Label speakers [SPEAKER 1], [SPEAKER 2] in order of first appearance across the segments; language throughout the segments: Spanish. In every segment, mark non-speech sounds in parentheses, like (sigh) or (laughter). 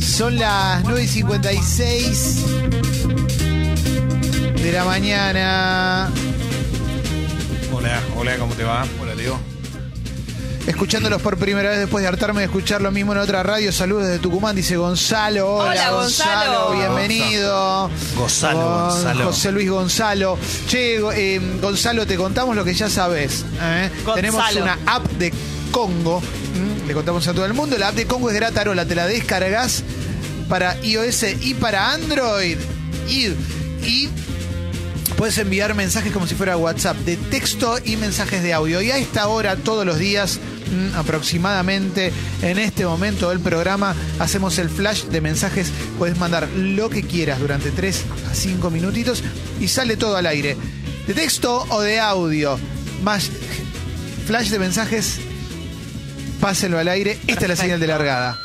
[SPEAKER 1] Son las 9 y 56 de la mañana.
[SPEAKER 2] Hola, hola, ¿cómo te va?
[SPEAKER 3] Hola, Leo.
[SPEAKER 1] Escuchándolos por primera vez después de hartarme de escuchar lo mismo en otra radio. Saludos desde Tucumán, dice Gonzalo. Hola,
[SPEAKER 4] Hola, Gonzalo.
[SPEAKER 1] bienvenido.
[SPEAKER 2] Gonzalo,
[SPEAKER 1] Gon-
[SPEAKER 2] Gonzalo.
[SPEAKER 1] José Luis Gonzalo. Che, go- eh, Gonzalo, te contamos lo que ya sabes. ¿eh?
[SPEAKER 4] Gonzalo.
[SPEAKER 1] Tenemos una app de Congo. ¿m? Le contamos a todo el mundo. La app de Congo es gratarola. Te la descargas para iOS y para Android. Y, y Puedes enviar mensajes como si fuera WhatsApp, de texto y mensajes de audio. Y a esta hora, todos los días, mm, aproximadamente en este momento del programa, hacemos el flash de mensajes. Puedes mandar lo que quieras durante 3 a 5 minutitos y sale todo al aire. De texto o de audio. Más flash de mensajes, pásenlo al aire. Esta es la señal de largada.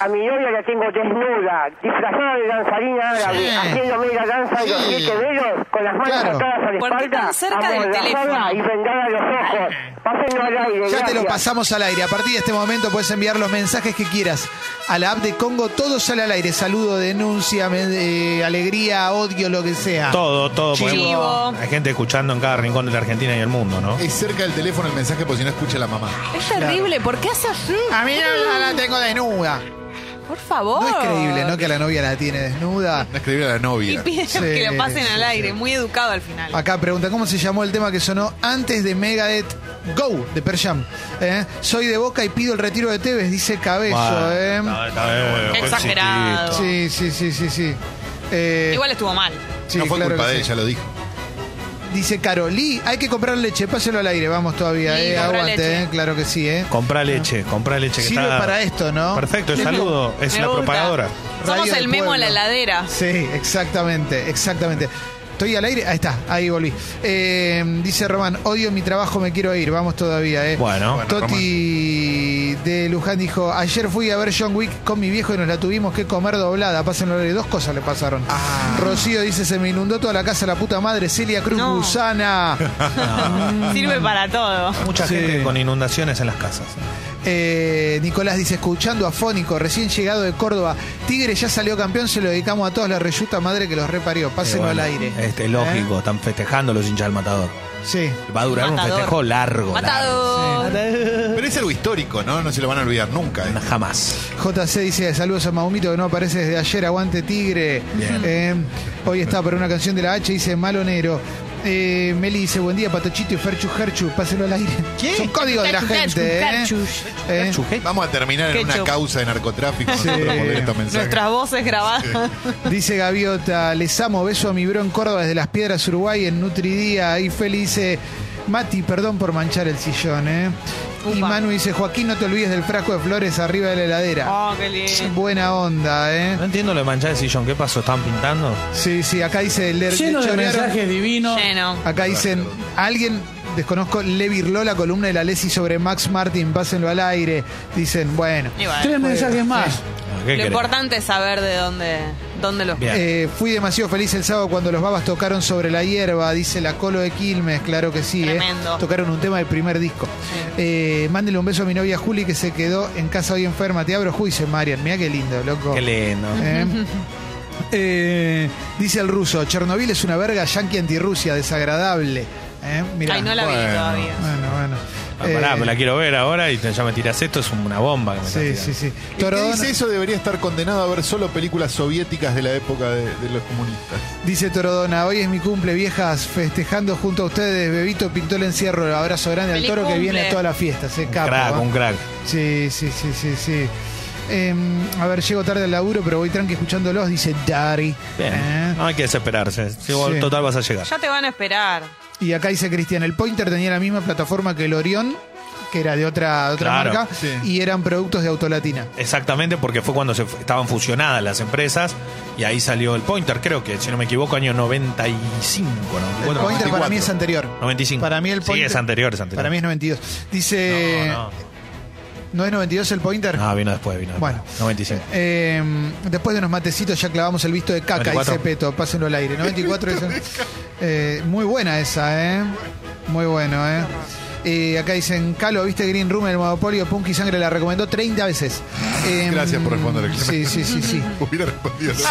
[SPEAKER 5] A mi novia la tengo desnuda, disfrazada de danzarina árabe,
[SPEAKER 1] Sí.
[SPEAKER 5] haciéndome la danza de los
[SPEAKER 1] Sí.
[SPEAKER 5] siete dedos, con las manos
[SPEAKER 1] Claro.
[SPEAKER 5] atadas a la
[SPEAKER 4] Porque
[SPEAKER 5] espalda,
[SPEAKER 4] tan cerca del
[SPEAKER 5] amordazada
[SPEAKER 4] teléfono.
[SPEAKER 5] y vendada a los ojos. Pásenlo al aire,
[SPEAKER 1] Ya te lo
[SPEAKER 5] gracias.
[SPEAKER 1] pasamos al aire. A partir de este momento puedes enviar los mensajes que quieras. A la app de Congo todo sale al aire. Saludo, denuncia, me- eh, alegría, odio, lo que sea.
[SPEAKER 2] Todo, todo.
[SPEAKER 1] Chivo.
[SPEAKER 2] podemos- Hay gente escuchando en cada rincón de la Argentina y el mundo, ¿no?
[SPEAKER 3] Es cerca del teléfono el mensaje porque si no escucha la mamá.
[SPEAKER 4] Es terrible, ¿por qué hace así?
[SPEAKER 1] A mí no la tengo desnuda.
[SPEAKER 4] Por favor.
[SPEAKER 1] No es creíble, ¿no? Que la novia la tiene desnuda.
[SPEAKER 3] No escribir a la
[SPEAKER 4] Y
[SPEAKER 3] novia.
[SPEAKER 4] piden
[SPEAKER 1] Sí,
[SPEAKER 4] que lo pasen
[SPEAKER 1] sí,
[SPEAKER 4] al
[SPEAKER 1] sí. Ah,
[SPEAKER 4] aire, muy educado al final.
[SPEAKER 1] Acá pregunta, ¿cómo se llamó el tema que sonó antes de Megadeth? Go, de Per Jam. ¿Eh? Soy de Boca y pido el retiro de Tevez, dice Cabello.
[SPEAKER 2] Bueno,
[SPEAKER 1] ¿eh?
[SPEAKER 2] está- está- bueno,
[SPEAKER 4] Exagerado.
[SPEAKER 1] Sí, sí, sí, sí, sí. Eh,
[SPEAKER 4] Igual estuvo mal.
[SPEAKER 1] sí,
[SPEAKER 3] no fue
[SPEAKER 1] claro
[SPEAKER 3] culpa
[SPEAKER 1] que
[SPEAKER 3] de
[SPEAKER 1] sí.
[SPEAKER 3] ella, lo dijo.
[SPEAKER 1] Dice Carolí, hay que comprar leche, páselo al aire, vamos todavía,
[SPEAKER 4] Sí,
[SPEAKER 1] eh,
[SPEAKER 4] compra
[SPEAKER 1] aguante,
[SPEAKER 4] leche.
[SPEAKER 1] eh, claro que sí, eh.
[SPEAKER 2] Comprá leche, comprá leche. Que
[SPEAKER 1] Sirve
[SPEAKER 2] está-
[SPEAKER 1] para esto, ¿no?
[SPEAKER 2] Perfecto, el saludo. Es
[SPEAKER 4] Me
[SPEAKER 2] la
[SPEAKER 4] gusta.
[SPEAKER 2] propagadora.
[SPEAKER 1] Radio
[SPEAKER 4] Somos
[SPEAKER 1] del
[SPEAKER 4] el memo a
[SPEAKER 1] pueblo.
[SPEAKER 4] la heladera.
[SPEAKER 1] Sí, exactamente, exactamente. Estoy al aire, ahí está, ahí volví. Eh, dice Román, odio mi trabajo, me quiero ir, vamos todavía, eh.
[SPEAKER 2] Bueno.
[SPEAKER 3] Bueno.
[SPEAKER 1] Toti de Luján dijo, ayer fui a ver John Wick con mi viejo y nos la tuvimos que comer doblada, pásenlo al aire, dos cosas le pasaron.
[SPEAKER 4] Ah.
[SPEAKER 1] Rocío dice, se me inundó toda la casa la puta madre, Celia Cruz
[SPEAKER 4] No.
[SPEAKER 1] Gusana. Ah.
[SPEAKER 4] Sirve para todo.
[SPEAKER 2] Mucha
[SPEAKER 1] Sí.
[SPEAKER 2] gente con inundaciones en las casas.
[SPEAKER 1] Eh, Nicolás dice, escuchando a Fónico, recién llegado de Córdoba, Tigre ya salió campeón, se lo dedicamos a todos la reyuta madre que los reparió. Pásenlo
[SPEAKER 2] Pero Eh, bueno,
[SPEAKER 1] al aire.
[SPEAKER 2] Este, lógico, están festejando los hinchas del matador.
[SPEAKER 1] ¿Eh?
[SPEAKER 4] (laughs)
[SPEAKER 1] Sí.
[SPEAKER 2] Va a durar un
[SPEAKER 4] Matador.
[SPEAKER 2] festejo largo.
[SPEAKER 4] Matador.
[SPEAKER 3] Pero es algo histórico, ¿no? No se lo van a olvidar nunca. eh.
[SPEAKER 2] largo. Jamás.
[SPEAKER 1] JC dice, saludos a Maumito que no aparece desde ayer, aguante Tigre. Eh, hoy está por una canción de la H, dice Malonero. Eh, Meli dice, buen día, Patochito y Ferchu Herchu, pásenlo al aire. Es un código de la
[SPEAKER 4] Ferchu,
[SPEAKER 1] gente.
[SPEAKER 4] Ferchu,
[SPEAKER 1] ¿eh?
[SPEAKER 4] Ferchu.
[SPEAKER 1] Eh,
[SPEAKER 3] Vamos a terminar en una
[SPEAKER 4] Ketchup.
[SPEAKER 3] causa de narcotráfico
[SPEAKER 1] Sí.
[SPEAKER 3] nosotros por leer estos mensajes.
[SPEAKER 4] Nuestras voces grabadas.
[SPEAKER 1] Dice Gaviota, les amo, beso a mi bro en Córdoba desde las Piedras Uruguay en Nutridía. Y Feli dice, Mati, perdón por manchar el sillón, ¿eh? Y
[SPEAKER 4] Upa.
[SPEAKER 1] Manu dice, Joaquín, no te olvides del frasco de flores arriba de la
[SPEAKER 6] Ah,
[SPEAKER 1] heladera.
[SPEAKER 4] Oh, qué lindo.
[SPEAKER 1] Buena onda, ¿eh?
[SPEAKER 2] No entiendo lo de manchar el sillón. ¿Qué pasó? ¿Estaban pintando?
[SPEAKER 1] Sí, sí, acá dice... le-
[SPEAKER 6] Lleno de
[SPEAKER 1] chorearon-
[SPEAKER 6] mensajes divinos.
[SPEAKER 4] Lleno.
[SPEAKER 1] Acá dicen, alguien, desconozco, le virló la columna de la Lesi sobre Max Martin, pásenlo al aire. Dicen, bueno...
[SPEAKER 4] Y bueno,
[SPEAKER 6] Tres mensajes más.
[SPEAKER 2] Ah, ¿qué
[SPEAKER 4] lo
[SPEAKER 2] querés?
[SPEAKER 4] importante es saber de dónde, dónde los
[SPEAKER 2] Bien.
[SPEAKER 1] Eh, fui demasiado feliz el sábado cuando los babas tocaron sobre la hierba, dice la Colo de Quilmes, claro que sí. ¿eh?
[SPEAKER 4] Tremendo.
[SPEAKER 1] Tocaron un tema del primer disco. Eh, mándele un beso a mi novia Juli que se quedó en casa hoy enferma. Te abro, Juli, dice Marian. Mira qué lindo, loco.
[SPEAKER 2] Qué lindo.
[SPEAKER 4] (laughs)
[SPEAKER 1] Eh, eh, dice el ruso, Chernobyl es una verga yankee antirrusia, desagradable. Eh, mirá.
[SPEAKER 4] Ay, no la vi
[SPEAKER 3] bueno.
[SPEAKER 4] todavía.
[SPEAKER 1] Bueno, bueno.
[SPEAKER 2] Ah, pará,
[SPEAKER 1] Eh,
[SPEAKER 2] me la quiero ver ahora y te- ya me tiras esto. Es una bomba que me
[SPEAKER 1] Sí,
[SPEAKER 2] estás
[SPEAKER 1] sí,
[SPEAKER 2] tirando.
[SPEAKER 1] sí.
[SPEAKER 3] El que
[SPEAKER 1] Torodona-
[SPEAKER 3] dice eso debería estar condenado a ver solo películas soviéticas de la época de, de los comunistas.
[SPEAKER 1] Dice Torodona, hoy es mi cumple, viejas, festejando junto a ustedes. Bebito pintó el encierro, abrazo grande al
[SPEAKER 4] Feliz
[SPEAKER 1] toro que
[SPEAKER 4] cumple.
[SPEAKER 1] viene a toda la fiesta, se
[SPEAKER 2] Un
[SPEAKER 1] capa.
[SPEAKER 2] crack,
[SPEAKER 1] ¿va?
[SPEAKER 2] un crack.
[SPEAKER 1] Sí, sí, sí, sí, sí. Em, a ver, llego tarde al laburo, pero voy tranqui escuchándolos, dice Dari.
[SPEAKER 2] Bien.
[SPEAKER 1] Eh,
[SPEAKER 2] No hay que desesperarse. Si vos,
[SPEAKER 1] Sí.
[SPEAKER 2] Total vas a llegar.
[SPEAKER 4] Ya te van a esperar.
[SPEAKER 1] Y acá dice Cristian, el Pointer tenía la misma plataforma que el Orión, que era de otra, de otra
[SPEAKER 2] Claro,
[SPEAKER 1] marca,
[SPEAKER 3] sí.
[SPEAKER 1] y eran productos de Autolatina.
[SPEAKER 2] Exactamente, porque fue cuando se fu- estaban fusionadas las empresas y ahí salió el Pointer, creo que, si no me equivoco, año 95,
[SPEAKER 1] El Pointer
[SPEAKER 2] 94.
[SPEAKER 1] para
[SPEAKER 3] 94.
[SPEAKER 1] mí es anterior.
[SPEAKER 2] 95.
[SPEAKER 1] Para mí el
[SPEAKER 2] Sí,
[SPEAKER 1] Pointer...
[SPEAKER 2] es anterior, es anterior.
[SPEAKER 1] Para mí es 92. Dice...
[SPEAKER 2] No,
[SPEAKER 1] ¿No es 92 el Pointer?
[SPEAKER 2] no. No, vino después, vino después.
[SPEAKER 1] Bueno.
[SPEAKER 2] 95.
[SPEAKER 1] Eh, después de unos matecitos ya clavamos el visto de caca,
[SPEAKER 2] 94.
[SPEAKER 1] dice Peto, pásenlo al
[SPEAKER 3] (laughs)
[SPEAKER 1] aire. 94 es- eh, muy buena esa, ¿eh? Muy bueno, ¿eh? Eh, acá dicen, Calo, ¿viste Green Room en el Monopolio? Punk y Sangre la recomendó 30 veces. Em,
[SPEAKER 3] Gracias por responder.
[SPEAKER 1] Sí, sí, sí, sí.
[SPEAKER 3] (laughs) Hubiera respondido
[SPEAKER 4] (laughs)
[SPEAKER 3] lo mismo.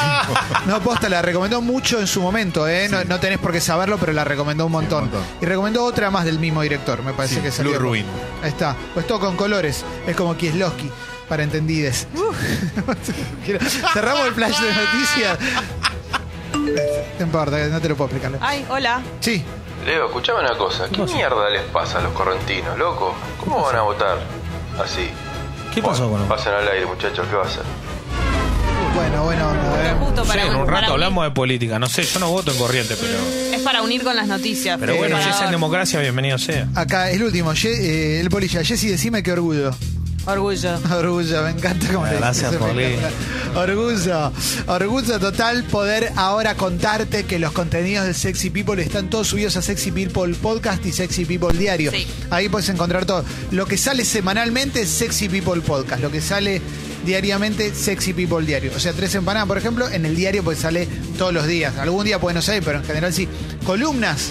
[SPEAKER 1] No, posta, la recomendó mucho en su momento, ¿eh? No, no tenés por qué saberlo, pero la recomendó un montón.
[SPEAKER 3] montón.
[SPEAKER 1] Y recomendó otra más del mismo director, me parece
[SPEAKER 3] Sí,
[SPEAKER 1] que salió.
[SPEAKER 2] Blue Ruin.
[SPEAKER 1] Ahí está. Pues todo con colores. Es como Kieslowski, para entendides. (laughs) Quiero- Cerramos el flash de noticias. No importa, no te lo puedo explicar.
[SPEAKER 4] Ay, hola.
[SPEAKER 1] Sí,
[SPEAKER 6] Leo, escuchame una cosa. ¿Qué mierda les pasa a los correntinos, loco? ¿Cómo van a votar así?
[SPEAKER 4] Eh,
[SPEAKER 2] ¿Qué pasó con
[SPEAKER 6] Bueno,
[SPEAKER 2] lo-
[SPEAKER 6] Pasen al aire, muchachos, ¿qué va a hacer?
[SPEAKER 1] bueno, bueno. onda, ¿eh?
[SPEAKER 4] Pero justo
[SPEAKER 2] No sé,
[SPEAKER 4] para
[SPEAKER 2] en un
[SPEAKER 4] para
[SPEAKER 2] rato
[SPEAKER 4] unir-
[SPEAKER 2] hablamos de política. No sé, yo no voto en corriente, pero.
[SPEAKER 4] Es para unir con las noticias.
[SPEAKER 2] Pero bueno,
[SPEAKER 4] Para-
[SPEAKER 2] si es en democracia, bienvenido sea.
[SPEAKER 1] Acá, el último, Ye- eh, el polilla. Jessy, decime qué orgullo.
[SPEAKER 4] Orgullo.
[SPEAKER 1] (laughs) Orgullo, me encanta cómo le
[SPEAKER 2] Gracias,
[SPEAKER 1] dices,
[SPEAKER 2] Paulín.
[SPEAKER 1] me encanta. Orgullo, orgullo total poder ahora contarte que los contenidos de Sexy People están todos subidos a Sexy People Podcast y Sexy People Diario.
[SPEAKER 4] Sí.
[SPEAKER 1] Ahí puedes encontrar todo. Lo que sale semanalmente es Sexy People Podcast. Lo que sale diariamente, Sexy People Diario. O sea, tres empanadas, por ejemplo, en el diario pues sale todos los días. Algún día puede no salir, pero en general sí. Columnas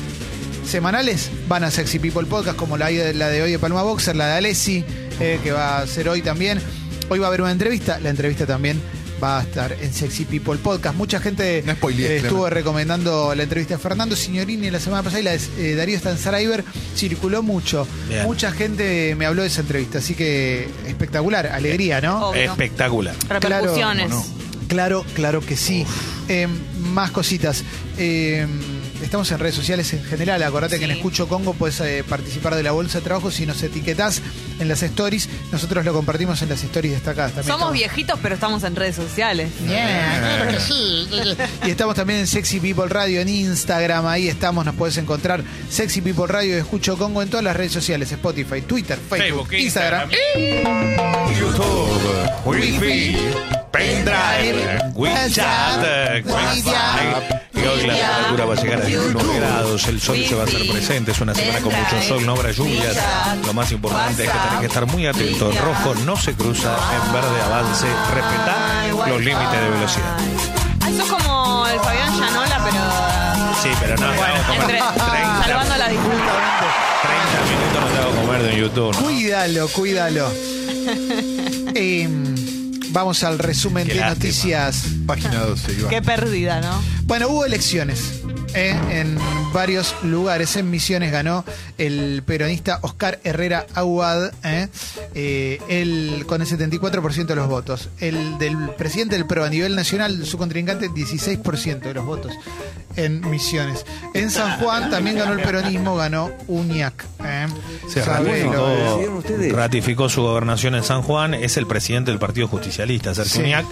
[SPEAKER 1] semanales van a Sexy People Podcast, como la, la de hoy de Palma Boxer, la de Alessi, eh, que va a ser hoy también. Hoy va a haber una entrevista, la entrevista también va a estar en Sexy People Podcast. Mucha gente eh,
[SPEAKER 3] No spoilees, Clemen.
[SPEAKER 1] estuvo recomendando la entrevista de Fernando Signorini la semana pasada y la de eh, Darío Stanzaraiber circuló mucho.
[SPEAKER 2] Bien.
[SPEAKER 1] Mucha gente me habló de esa entrevista, así que espectacular, alegría, ¿no?
[SPEAKER 4] Obvio.
[SPEAKER 2] Espectacular.
[SPEAKER 4] Repercusiones.
[SPEAKER 1] Claro, claro, claro que sí. Eh, más cositas. Eh, estamos en redes sociales en general. Acordate que en
[SPEAKER 4] Sí.
[SPEAKER 1] Escucho Congo puedes eh, participar de la bolsa de trabajo si nos etiquetás en las stories. Nosotros lo compartimos en las stories destacadas también.
[SPEAKER 4] Somos
[SPEAKER 1] Estamos-
[SPEAKER 4] viejitos, pero estamos en redes sociales.
[SPEAKER 7] claro que sí.
[SPEAKER 1] (laughs) Y estamos también en Sexy People Radio en Instagram. Ahí estamos, nos puedes encontrar. Sexy People Radio y Escucho Congo en todas las redes sociales: Spotify, Twitter, Facebook,
[SPEAKER 2] Facebook,
[SPEAKER 1] Instagram.
[SPEAKER 2] Instagram. YouTube, Wi-Fi, Pendrive, WeChat, eh,
[SPEAKER 1] WhatsApp,
[SPEAKER 2] Y hoy la temperatura va a llegar a 19 grados, el sol se va a hacer
[SPEAKER 4] Wi-Fi,
[SPEAKER 2] presente, es una semana con mucho sol, no habrá lluvias.
[SPEAKER 4] WeChat,
[SPEAKER 2] Lo más importante es que tenés que estar muy atento. En rojo no se cruza, en verde avance, respetar los límites de velocidad.
[SPEAKER 4] Ay, sos como el Fabián Llanola, pero.
[SPEAKER 2] Sí, pero no, bueno,
[SPEAKER 4] Entre,
[SPEAKER 2] 30,
[SPEAKER 4] salvando la distancia.
[SPEAKER 1] Justamente.
[SPEAKER 2] 30 minutos no te hago comer de YouTube. ¿no?
[SPEAKER 1] Cuídalo, cuídalo. Em, vamos al resumen
[SPEAKER 2] Qué
[SPEAKER 1] de
[SPEAKER 2] lástima.
[SPEAKER 1] noticias.
[SPEAKER 3] Página 12, Iván.
[SPEAKER 4] Qué pérdida, ¿no?
[SPEAKER 1] Bueno, hubo elecciones ¿eh? en varios lugares. En Misiones ganó el peronista Oscar Herrera Aguad, ¿eh? Eh, él con el 74% de los votos. El del presidente del PRO a nivel nacional, su contrincante, 16% de los votos en Misiones. En San Juan también ganó el peronismo, ganó UNIAC. ¿eh?
[SPEAKER 2] Se
[SPEAKER 1] Sabelo, ¿eh?
[SPEAKER 2] ratificó, ratificó su gobernación en San Juan, es el presidente del Partido Justicialista,
[SPEAKER 1] Sí.
[SPEAKER 2] Sergio Uñac,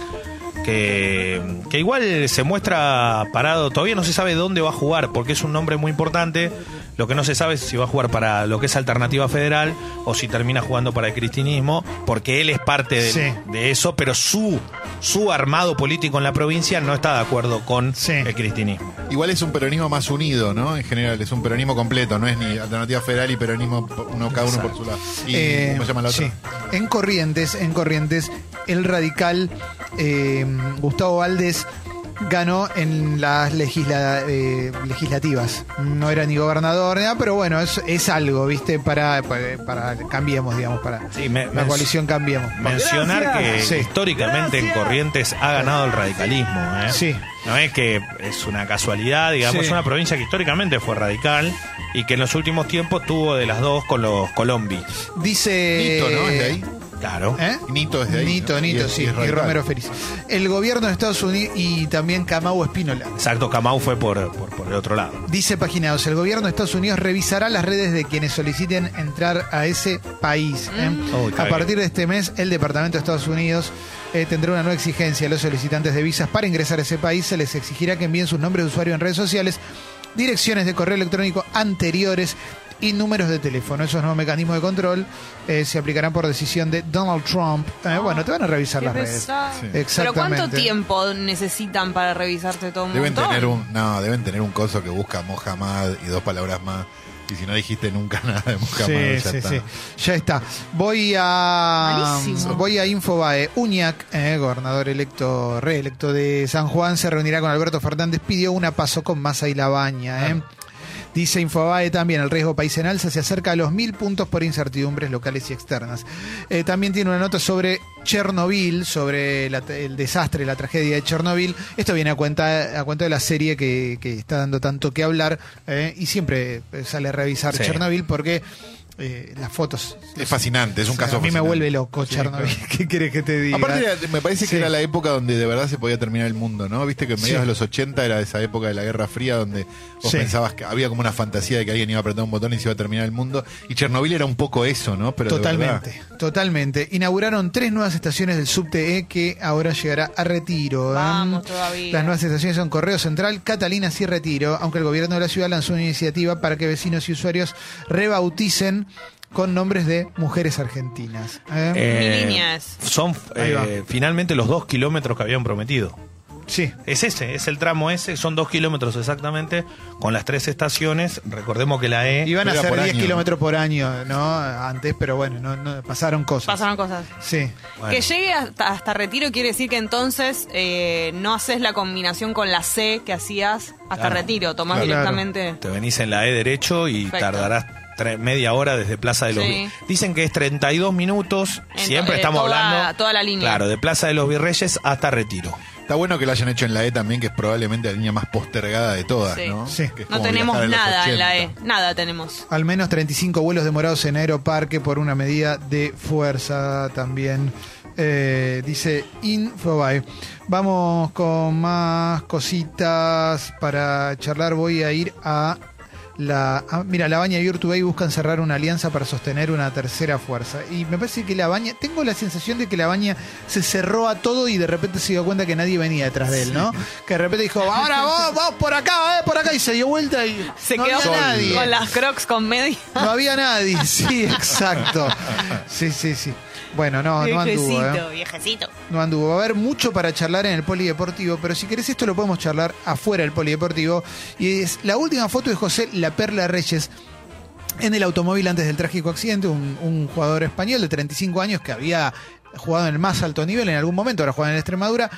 [SPEAKER 2] que, que igual se muestra parado, todavía no se sabe dónde va a jugar, porque es un nombre muy importante, lo que no se sabe es si va a jugar para lo que es Alternativa Federal o si termina jugando para el cristinismo, porque él es parte del-
[SPEAKER 1] Sí.
[SPEAKER 2] de eso, pero su, su armado político en la provincia no está de acuerdo con
[SPEAKER 1] Sí.
[SPEAKER 2] el cristinismo.
[SPEAKER 3] Igual es un peronismo más unido, ¿no? En general, es un peronismo completo, no es ni alternativa federal y peronismo por- uno cada uno por su lado. ¿Y
[SPEAKER 1] Eh,
[SPEAKER 3] cómo se llama la otra?
[SPEAKER 1] sí. En Corrientes, en Corrientes, el radical eh, Gustavo Valdés ganó en las legisla- eh, legislativas. No era ni gobernador, ni nada, pero bueno, es, es algo, ¿viste? Para, para, para- cambiemos, digamos, para
[SPEAKER 2] Sí, me-
[SPEAKER 1] la
[SPEAKER 2] me-
[SPEAKER 1] coalición cambiemos.
[SPEAKER 2] Mencionar que
[SPEAKER 1] Sí.
[SPEAKER 2] históricamente en Corrientes ha ganado el radicalismo. ¿eh?
[SPEAKER 1] Sí.
[SPEAKER 2] No es que es una casualidad, digamos,
[SPEAKER 1] Sí.
[SPEAKER 2] es una provincia que históricamente fue radical y que en los últimos tiempos tuvo de las dos con los colombi.
[SPEAKER 1] Dice...
[SPEAKER 3] Nito, ¿no? Es de ahí.
[SPEAKER 2] Claro.
[SPEAKER 1] ¿Eh?
[SPEAKER 3] Nito es de ahí,
[SPEAKER 1] Nito,
[SPEAKER 3] ¿no?
[SPEAKER 1] Nito,
[SPEAKER 3] Y es-
[SPEAKER 1] sí.
[SPEAKER 3] y
[SPEAKER 1] Y,
[SPEAKER 3] es radical.
[SPEAKER 1] Romero Feliz. El gobierno de Estados Unidos y también Camau Espínola.
[SPEAKER 2] Exacto, Camau fue por, por, por el otro lado.
[SPEAKER 1] Dice Paginados, el gobierno de Estados Unidos revisará las redes de quienes soliciten entrar a ese país. ¿eh?
[SPEAKER 4] Mm.
[SPEAKER 2] Oh, está
[SPEAKER 1] a
[SPEAKER 2] bien.
[SPEAKER 1] partir de este mes, el Departamento de Estados Unidos eh, tendrá una nueva exigencia a los solicitantes de visas para ingresar a ese país. Se les exigirá que envíen sus nombres de usuario en redes sociales, direcciones de correo electrónico anteriores y números de teléfono. Esos nuevos mecanismos de control eh, se aplicarán por decisión de Donald Trump. Eh, bueno, te van a revisar
[SPEAKER 4] Qué
[SPEAKER 1] las redes.
[SPEAKER 4] pesado.
[SPEAKER 3] Sí.
[SPEAKER 4] Pero
[SPEAKER 1] Exactamente.
[SPEAKER 4] ¿cuánto tiempo necesitan para revisarte todo un
[SPEAKER 3] Deben
[SPEAKER 4] montón?
[SPEAKER 3] tener un, no, deben tener un coso que busca Mohamed y dos palabras más. Y si no dijiste nunca (laughs) nada de Mohamed,
[SPEAKER 1] Sí,
[SPEAKER 3] ya
[SPEAKER 1] sí,
[SPEAKER 3] está.
[SPEAKER 1] sí. Ya está. Voy a.
[SPEAKER 4] Malísimo.
[SPEAKER 1] Voy a Infobae. Uñac, eh, gobernador electo, reelecto de San Juan, se reunirá con Alberto Fernández. Pidió una paso con Massa y Labaña. eh. Dice Infobae también, el riesgo país en alza se acerca a los mil puntos por incertidumbres locales y externas. Eh, también tiene una nota sobre Chernobyl, sobre la- el desastre, la tragedia de Chernobyl. Esto viene a cuenta, a cuenta de la serie que, que está dando tanto que hablar eh, y siempre eh, sale a revisar
[SPEAKER 2] Sí.
[SPEAKER 1] Chernobyl porque eh, las fotos...
[SPEAKER 3] Es fascinante, es un
[SPEAKER 1] o sea,
[SPEAKER 3] caso
[SPEAKER 1] A mí me
[SPEAKER 3] fascinante.
[SPEAKER 1] vuelve loco
[SPEAKER 3] Sí,
[SPEAKER 1] Chernobyl.
[SPEAKER 3] claro.
[SPEAKER 1] (laughs) ¿Qué quieres que te diga?
[SPEAKER 3] Aparte, era- me parece que
[SPEAKER 1] Sí.
[SPEAKER 3] era la época donde de verdad se podía terminar el mundo, ¿no? Viste que en mediados
[SPEAKER 1] Sí.
[SPEAKER 3] de los 80 era esa época de la Guerra Fría donde vos
[SPEAKER 1] Sí.
[SPEAKER 3] pensabas que había como una fantasía de que alguien iba a apretar un botón y se iba a terminar el mundo. Y Chernobyl era un poco eso, ¿no? Pero de
[SPEAKER 1] Totalmente,
[SPEAKER 3] verdad.
[SPEAKER 1] totalmente. Inauguraron tres nuevas estaciones del subte E que ahora llegará a Retiro. ¿eh?
[SPEAKER 4] Vamos todavía.
[SPEAKER 1] Las nuevas estaciones son Correo Central, Catalinas y Retiro, aunque el gobierno de la ciudad lanzó una iniciativa para que vecinos y usuarios rebauticen con nombres de mujeres argentinas. ¿eh?
[SPEAKER 2] Eh,
[SPEAKER 4] líneas.
[SPEAKER 2] Son
[SPEAKER 1] Ahí va.
[SPEAKER 2] eh, finalmente los dos kilómetros que habían prometido.
[SPEAKER 1] sí,
[SPEAKER 2] Es ese, es el tramo ese, son dos kilómetros exactamente, con las tres estaciones. Recordemos que la E.
[SPEAKER 1] iban a
[SPEAKER 3] era
[SPEAKER 1] ser
[SPEAKER 3] por
[SPEAKER 1] 10
[SPEAKER 3] año.
[SPEAKER 1] kilómetros por año, ¿no? Antes, pero bueno, no, no- pasaron cosas.
[SPEAKER 4] Pasaron cosas.
[SPEAKER 1] Sí.
[SPEAKER 2] Bueno.
[SPEAKER 4] Que llegue hasta, hasta retiro quiere decir que entonces eh, no haces la combinación con la C que hacías hasta
[SPEAKER 2] Claro.
[SPEAKER 4] retiro, tomás
[SPEAKER 1] Claro.
[SPEAKER 4] directamente.
[SPEAKER 2] Te venís en la E derecho y
[SPEAKER 4] Perfecto.
[SPEAKER 2] tardarás tre- media hora desde Plaza de los
[SPEAKER 4] Sí.
[SPEAKER 2] Virreyes. Dicen que es 32 minutos,
[SPEAKER 4] En-
[SPEAKER 2] siempre
[SPEAKER 4] eh,
[SPEAKER 2] estamos
[SPEAKER 4] toda-
[SPEAKER 2] hablando.
[SPEAKER 4] toda la línea.
[SPEAKER 2] Claro, de Plaza de los Virreyes hasta Retiro.
[SPEAKER 3] Está bueno que lo hayan hecho en la E también, que es probablemente la línea más postergada de todas,
[SPEAKER 4] Sí.
[SPEAKER 3] ¿no?
[SPEAKER 1] Sí.
[SPEAKER 3] Que es
[SPEAKER 4] No
[SPEAKER 3] como
[SPEAKER 4] tenemos
[SPEAKER 3] viajar a los
[SPEAKER 4] nada en la E,
[SPEAKER 3] 80.
[SPEAKER 4] nada tenemos.
[SPEAKER 1] Al menos 35 vuelos demorados en Aeroparque por una medida de fuerza también. eh, dice Infobae. Vamos con más cositas para charlar. Voy a ir a la. a- mira, La Baña y Urtubey buscan cerrar una alianza para sostener una tercera fuerza. Y me parece que La Baña. Tengo la sensación de que La Baña se cerró a todo y de repente se dio cuenta que nadie venía detrás de él, ¿no? Que de repente dijo, ahora vos, vos por acá, eh, por acá. Y se dio vuelta y.
[SPEAKER 4] Se
[SPEAKER 1] no
[SPEAKER 4] quedó
[SPEAKER 1] había nadie.
[SPEAKER 4] con las crocs con media.
[SPEAKER 1] No había nadie, (laughs) sí, exacto. Sí, sí, sí. Bueno, no, no anduvo, ¿eh?
[SPEAKER 4] viejecito, viejecito.
[SPEAKER 1] No anduvo. Va a haber mucho para charlar en el polideportivo, pero si querés esto lo podemos charlar afuera del polideportivo. Y es la última foto de José La Perla Reyes en el automóvil antes del trágico accidente, un, un jugador español de 35 años que había jugado en el más alto nivel en algún momento, ahora juega en el Extremadura.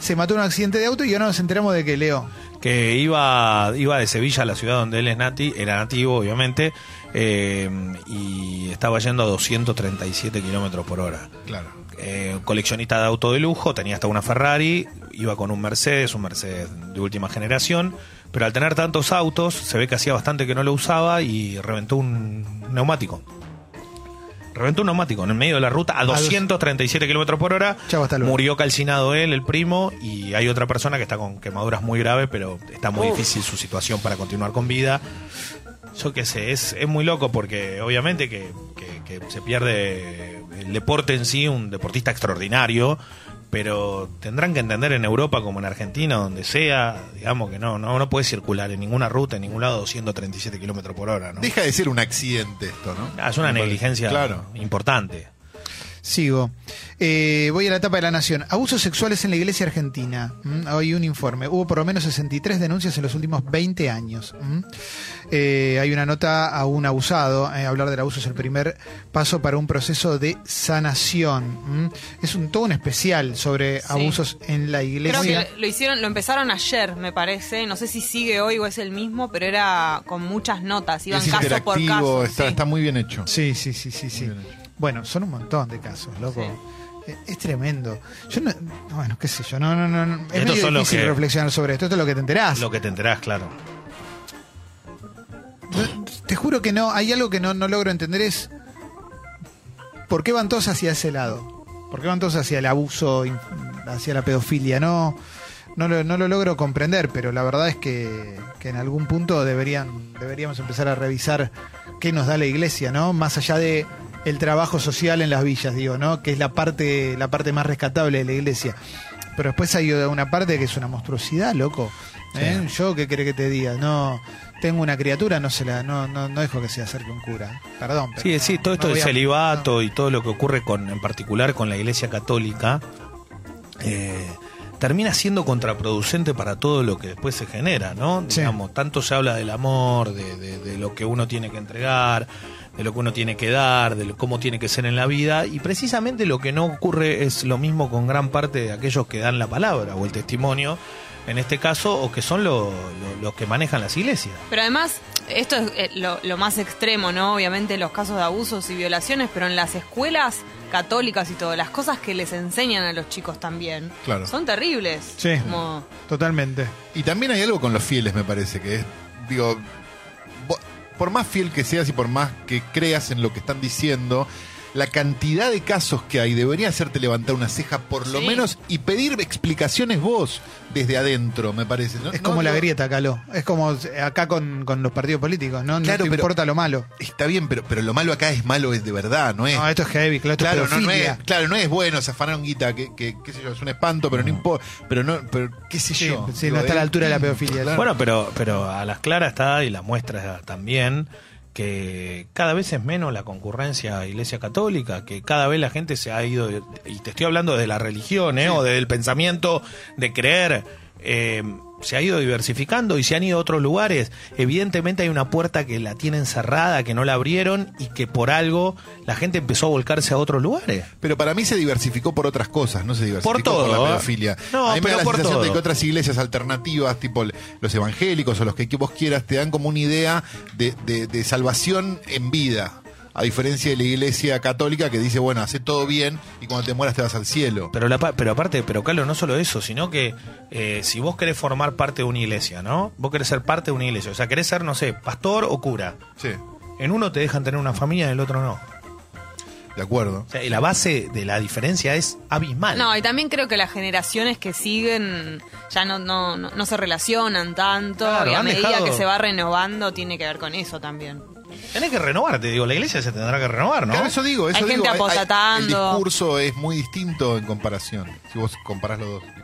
[SPEAKER 1] Se mató en un accidente de auto y ahora nos enteramos de que Leo.
[SPEAKER 2] que iba, iba de Sevilla a la ciudad donde él es nati, era nativo, obviamente, eh, y estaba yendo a 237 kilómetros por hora.
[SPEAKER 3] Claro.
[SPEAKER 2] Eh, coleccionista de auto de lujo, tenía hasta una Ferrari, iba con un Mercedes, un Mercedes de última generación, pero al tener tantos autos, se ve que hacía bastante que no lo usaba y reventó un neumático. Reventó un neumático en el medio de la ruta a
[SPEAKER 1] dos-
[SPEAKER 2] 237 kilómetros por hora.
[SPEAKER 1] Chau, hasta luego.
[SPEAKER 2] Murió calcinado él, el primo, y hay otra persona que está con quemaduras muy graves, pero está muy
[SPEAKER 1] Oh.
[SPEAKER 2] difícil su situación para continuar con vida. Yo qué sé, es, es muy loco porque obviamente que, que- que se pierde el deporte en sí, un deportista extraordinario, pero tendrán que entender en Europa como en Argentina, donde sea, digamos que no, no, no puede circular en ninguna ruta, en ningún lado 237 kilómetros por hora, ¿no?
[SPEAKER 3] Deja de ser un accidente esto, ¿no?
[SPEAKER 2] Ah, es una
[SPEAKER 3] Me parece.
[SPEAKER 2] negligencia
[SPEAKER 3] Claro.
[SPEAKER 2] importante.
[SPEAKER 1] Sigo. Eh, voy a la etapa de la Nación. Abusos sexuales en la iglesia argentina. ¿Mm? Hay un informe. Hubo por lo menos 63 denuncias en los últimos 20 años. ¿Mm? Eh, hay una nota a un abusado. Eh, hablar del abuso es el primer paso para un proceso de sanación. ¿Mm? Es un, todo un especial sobre
[SPEAKER 4] Sí.
[SPEAKER 1] abusos en la iglesia.
[SPEAKER 4] Creo que lo hicieron, lo empezaron ayer, me parece. No sé si sigue hoy o es el mismo, pero era con muchas notas, iban
[SPEAKER 3] Es
[SPEAKER 4] caso por caso.
[SPEAKER 3] interactivo, está,
[SPEAKER 4] sí.
[SPEAKER 3] está muy bien hecho.
[SPEAKER 1] Sí, sí, sí, sí, sí.
[SPEAKER 3] Muy bien
[SPEAKER 1] Bueno, son un montón de casos, loco. Eh, Es tremendo. Yo no, bueno, qué sé yo, no, no, no. no. Es
[SPEAKER 2] Estos
[SPEAKER 1] medio
[SPEAKER 2] son los
[SPEAKER 1] difícil
[SPEAKER 2] que-
[SPEAKER 1] reflexionar sobre esto. Esto es lo que te enterás.
[SPEAKER 2] Lo que te enterás, claro.
[SPEAKER 1] Te juro que no, hay algo que no, no logro entender es por qué van todos hacia ese lado. ¿Por qué van todos hacia el abuso, in- hacia la pedofilia? No, no, lo, no lo logro comprender, pero la verdad es que, que en algún punto deberían, deberíamos empezar a revisar qué nos da la iglesia, ¿no? Más allá de el trabajo social en las villas, digo, ¿no? Que es la parte, la parte más rescatable de la iglesia. Pero después hay una parte que es una monstruosidad, loco. ¿eh? Yo, ¿qué querés que te diga? No, tengo una criatura, no se la, no, no, no dejo que se acerque un cura. Perdón. pero
[SPEAKER 2] Sí,
[SPEAKER 1] no,
[SPEAKER 2] sí, todo esto
[SPEAKER 1] no voy
[SPEAKER 2] del
[SPEAKER 1] a-
[SPEAKER 2] celibato y todo lo que ocurre con, en particular con la Iglesia Católica, eh, termina siendo contraproducente para todo lo que después se genera, ¿no?
[SPEAKER 1] Sí.
[SPEAKER 2] Digamos, tanto se habla del amor, de, de- de lo que uno tiene que entregar, de lo que uno tiene que dar, de lo- cómo tiene que ser en la vida, y precisamente lo que no ocurre es lo mismo con gran parte de aquellos que dan la palabra o el testimonio, en este caso, o que son lo- lo- los que manejan las iglesias.
[SPEAKER 4] Pero además, esto es eh, lo, lo más extremo, ¿no? Obviamente los casos de abusos y violaciones, pero en las escuelas católicas y todo, las cosas que les enseñan a los chicos también
[SPEAKER 3] Claro.
[SPEAKER 4] son terribles.
[SPEAKER 1] Sí.
[SPEAKER 4] Como-
[SPEAKER 1] Totalmente.
[SPEAKER 3] Y también hay algo con los fieles, me parece, que es, digo, vo- por más fiel que seas y por más que creas en lo que están diciendo, la cantidad de casos que hay debería hacerte levantar una ceja por lo
[SPEAKER 4] Sí.
[SPEAKER 3] menos y pedir explicaciones vos desde adentro, me parece. ¿no?
[SPEAKER 1] Es
[SPEAKER 3] No,
[SPEAKER 1] como la
[SPEAKER 3] digo,
[SPEAKER 1] grieta, Caló. Es como eh, acá con, con los partidos políticos, ¿no?
[SPEAKER 3] Claro,
[SPEAKER 1] no te
[SPEAKER 3] pero-
[SPEAKER 1] importa lo malo.
[SPEAKER 3] Está bien, pero, pero lo malo acá es malo, es de verdad, no es...
[SPEAKER 1] No, esto es heavy, claro, esto
[SPEAKER 3] Eh. Claro
[SPEAKER 1] es
[SPEAKER 3] no, no es,
[SPEAKER 1] pedofilia.
[SPEAKER 3] claro, no es bueno, se afanaron guita, que, que- qué sé yo, es un espanto, pero no importa, pero no, pero qué sé
[SPEAKER 1] Mm. Sí,
[SPEAKER 3] yo.
[SPEAKER 1] sí,
[SPEAKER 3] Digo,
[SPEAKER 1] no está a la
[SPEAKER 3] es-
[SPEAKER 1] altura de la pedofilia.
[SPEAKER 3] Claro.
[SPEAKER 2] Bueno, pero, pero a las claras está y las muestras también que cada vez es menos la concurrencia a Iglesia Católica, que cada vez la gente se ha ido, y te estoy hablando de la religión, ¿eh? o del pensamiento de creer, eh, se ha ido diversificando y se han ido a otros lugares. Evidentemente hay una puerta que la tienen cerrada, que no la abrieron y que por algo la gente empezó a volcarse a otros lugares.
[SPEAKER 3] Pero para mí se diversificó por otras cosas, no se diversificó por,
[SPEAKER 2] Por todo,
[SPEAKER 3] la
[SPEAKER 2] ¿eh?
[SPEAKER 3] pedofilia.
[SPEAKER 2] No,
[SPEAKER 3] a mí me
[SPEAKER 2] pero
[SPEAKER 3] da la
[SPEAKER 2] por
[SPEAKER 3] sensación de
[SPEAKER 2] todo.
[SPEAKER 3] que otras iglesias alternativas, tipo el- los evangélicos o los que vos quieras, te dan como una idea de, de- de salvación en vida. A diferencia de la iglesia católica que dice, bueno, hace todo bien y cuando te mueras te vas al cielo.
[SPEAKER 2] Pero, la, pa- pero aparte, pero Carlos, no solo eso, sino que eh, si vos querés formar parte de una iglesia, ¿no? Vos querés ser parte de una iglesia, o sea, querés ser, no sé, pastor o cura.
[SPEAKER 3] Sí,
[SPEAKER 2] En uno te dejan tener una familia, en el otro no.
[SPEAKER 3] de acuerdo.
[SPEAKER 2] O sea, y la base de la diferencia es abismal.
[SPEAKER 4] No, y también creo que las generaciones que siguen ya no, no, no, no se relacionan tanto
[SPEAKER 2] Claro,
[SPEAKER 4] y a
[SPEAKER 2] han
[SPEAKER 4] medida
[SPEAKER 2] dejado-
[SPEAKER 4] que se va renovando tiene que ver con eso también.
[SPEAKER 2] Tenés que renovarte, digo, la iglesia se tendrá que renovar, ¿no?
[SPEAKER 3] Claro, eso digo, eso
[SPEAKER 4] Hay
[SPEAKER 3] digo.
[SPEAKER 4] gente apostatando.
[SPEAKER 3] el discurso es muy distinto en comparación, si vos comparás los dos.